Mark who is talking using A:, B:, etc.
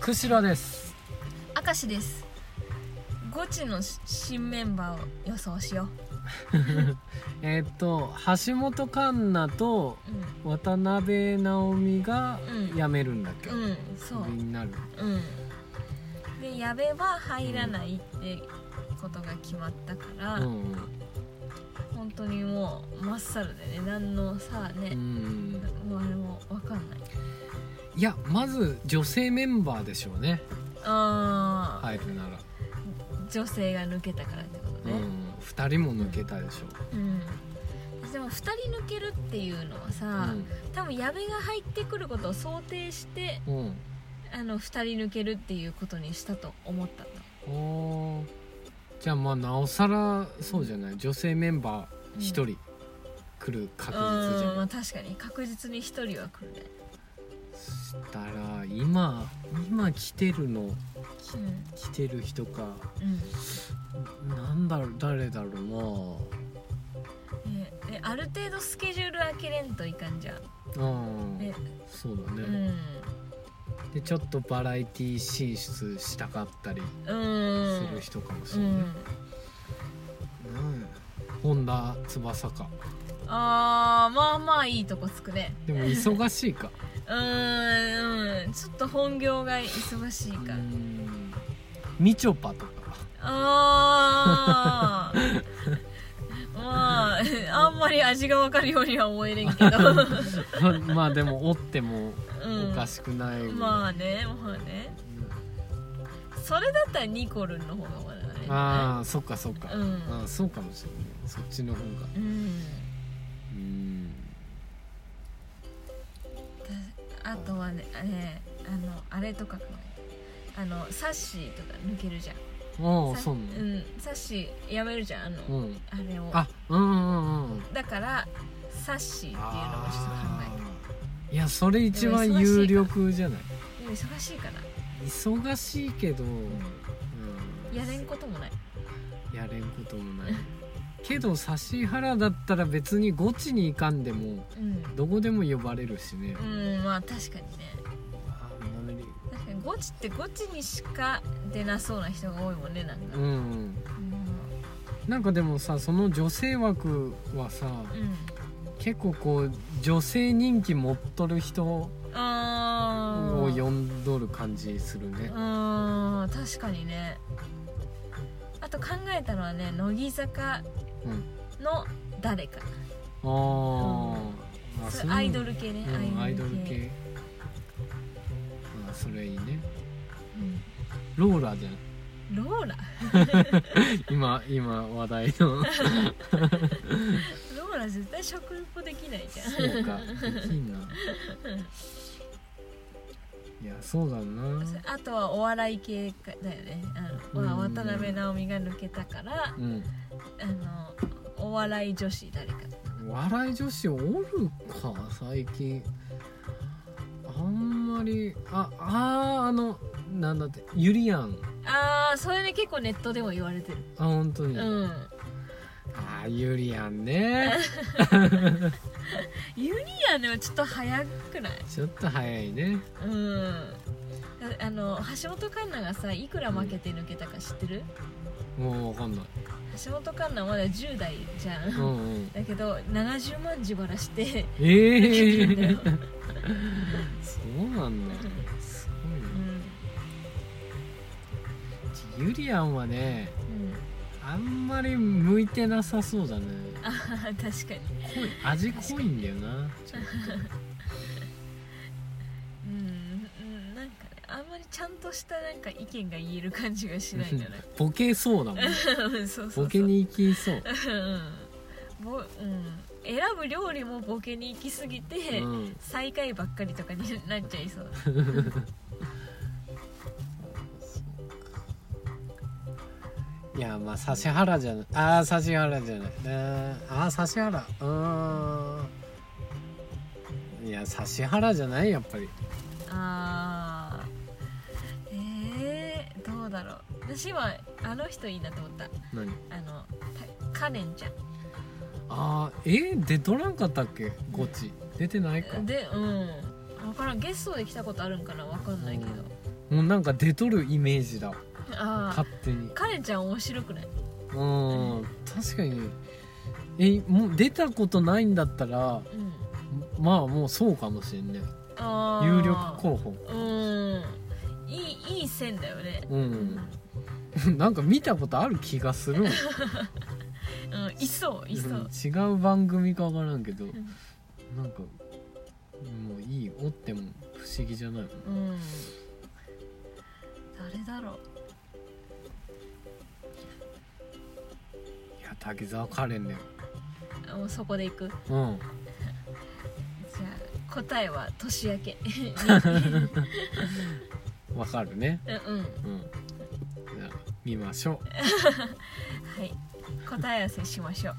A: 釧路です
B: 明石ですゴチの新メンバーを予想しよう
A: えーっと橋本環奈と
B: う
A: 渡辺直美が
B: うん
A: 辞めるんだっけ、
B: ん、うん、そう
A: クビになる
B: うんで矢部は入らないってことが決まったから、
A: うんうん
B: 本当にもうまっさらでね何のさ
A: う
B: ね、
A: ん
B: もうあれも分かんない
A: いやまず女性メンバーでしょうね
B: ああ、
A: 入るなら、
B: 女性が抜けたからってこと
A: う
B: ね
A: ん、2人も抜けたでしょ
B: うん、でも2人抜けるっていうのは
A: う
B: さ、多分矢部が入ってくることを想定して
A: うん、うん
B: あの2人抜けるっていうことにしたと思ったと
A: おーじゃあまあなおさらそうじゃない女性メンバー1人来る確実じゃ
B: うん
A: ん、
B: まあ確かに確実に1人は来るね
A: したら今今来てるの
B: うん
A: 来てる人か
B: うん
A: なんだろう誰だろう
B: ねえある程度スケジュール開けれんといかんじゃん
A: なうん、
B: ね
A: そうだ
B: う
A: ね、
B: ん
A: でちょっとバラエティ進出したかったり
B: うん
A: する人かもし
B: う
A: れない、
B: ん
A: なんや本田翼か
B: あーまあまあいいとこつくね
A: でも忙しいか
B: うーんうんちょっと本業が忙し いうか
A: んみちょぱとか
B: あー まああんまり味が分かるようには思えれん けど、う
A: ままあでも折っても
B: ん
A: お、かしくない、
B: まあねまあねそれだったらニコルンの方がまだね
A: ああそっかそっか、
B: うん
A: あーそうかもしれないそっちの方が
B: うん
A: うん
B: あとはねあねあのあれとか考えたあのサッシーとか抜けるじゃん
A: ああ
B: サッ
A: そう
B: う
A: なん
B: サッシーやめるじゃんあの、
A: のうん
B: あれを
A: あうんうんうんうん
B: だからサッシーっていうのもちょっと考
A: いやそれ一番有力じゃない
B: えてでも忙しいかな
A: 忙しいけど、うん
B: やれんこともない
A: やれんこともない けど指原だったら別にゴチに行かんでも
B: うん
A: どこでも呼ばれるしね、
B: うんまあ確かにね
A: あー無理
B: 確かにゴチってゴチにしか出なそうな人が多いもんねなんか
A: うんうん
B: うん
A: なんかでもさその女性枠はさ、
B: うん
A: 結構こう女性人気持っとる人を
B: あー
A: 呼んどる感じするね
B: う、ーん確かにねあと考えたのはね乃木坂
A: うん
B: の誰か、
A: あー、あそういう
B: それ
A: の
B: アイドル系ね、
A: うん、アイドル系あそれいいねローラじゃん
B: うんローラ
A: 今今話題 の
B: ローラ絶対食リポできないじゃん
A: そうかできんないやそうだな
B: それあとはお笑い系かだよねあの、
A: うん
B: 渡辺直美が抜けたから
A: うん
B: あのお笑い女子誰か
A: 笑い女子おるか最近あんまりああーあのなんだってゆりやん
B: ああそれね結構ネットでも言われてる
A: あ本当に、
B: うん
A: あーゆりやんね
B: ユリアンでもちょっと早くない
A: ちょっと早いね
B: うんああの橋本環奈がさいくら負けて抜けたか知ってる、
A: もう分かんない
B: 橋本環奈まだ10代じゃん、
A: うん うん
B: だけど70万自腹して、
A: ええ
B: できるんだ よ
A: そうなんだす
B: う
A: ごいなんゆりやんはね
B: うん、
A: あんまり向いてなさそうだね
B: あはは確かに、
A: 濃い味濃いんだよなちょっ
B: うんうん、なんかねあんまりちゃんとしたなんか意見が言える感じがしない んだよね
A: とボケそうだもん
B: うんそうそうそう
A: ボケに行きそう
B: うんぼ、うん、選ぶ料理もボケに行きすぎて、
A: うん
B: 最下位ばっかりとかになっちゃいそう
A: いやまあ指原じゃないああ指原じゃないあーあー指原うーんいや指原じゃないやっぱり
B: あーえー、どうだろう私今あの人いいなと思った
A: 何
B: あのたカレンちゃ
A: ああえー、出とらんかったっけゴチ出てないか
B: んでうん分からんゲストで来たことあるんかな分かんないけど、
A: うんもうなんか出とるイメージだ
B: ああ
A: 勝手に
B: カレンちゃん面白くない
A: うん確かにえもう出たことないんだったら
B: うん
A: まあもうそうかもしれんね
B: ああ
A: 有力候補
B: うんいいいい線だよね
A: う
B: うん
A: なんか見たことある気がするもん
B: うんいそういそう
A: うん違う番組かわからんけど、
B: ん
A: なんかもういいおっても不思議じゃないもん
B: うん誰だろう
A: いや滝沢カレンだよ
B: あもうそこで行く
A: うん
B: じゃあ答えは年明け
A: わかるね
B: うん
A: う
B: うん
A: んじゃあ見ましょう
B: はい答え合わせしましょう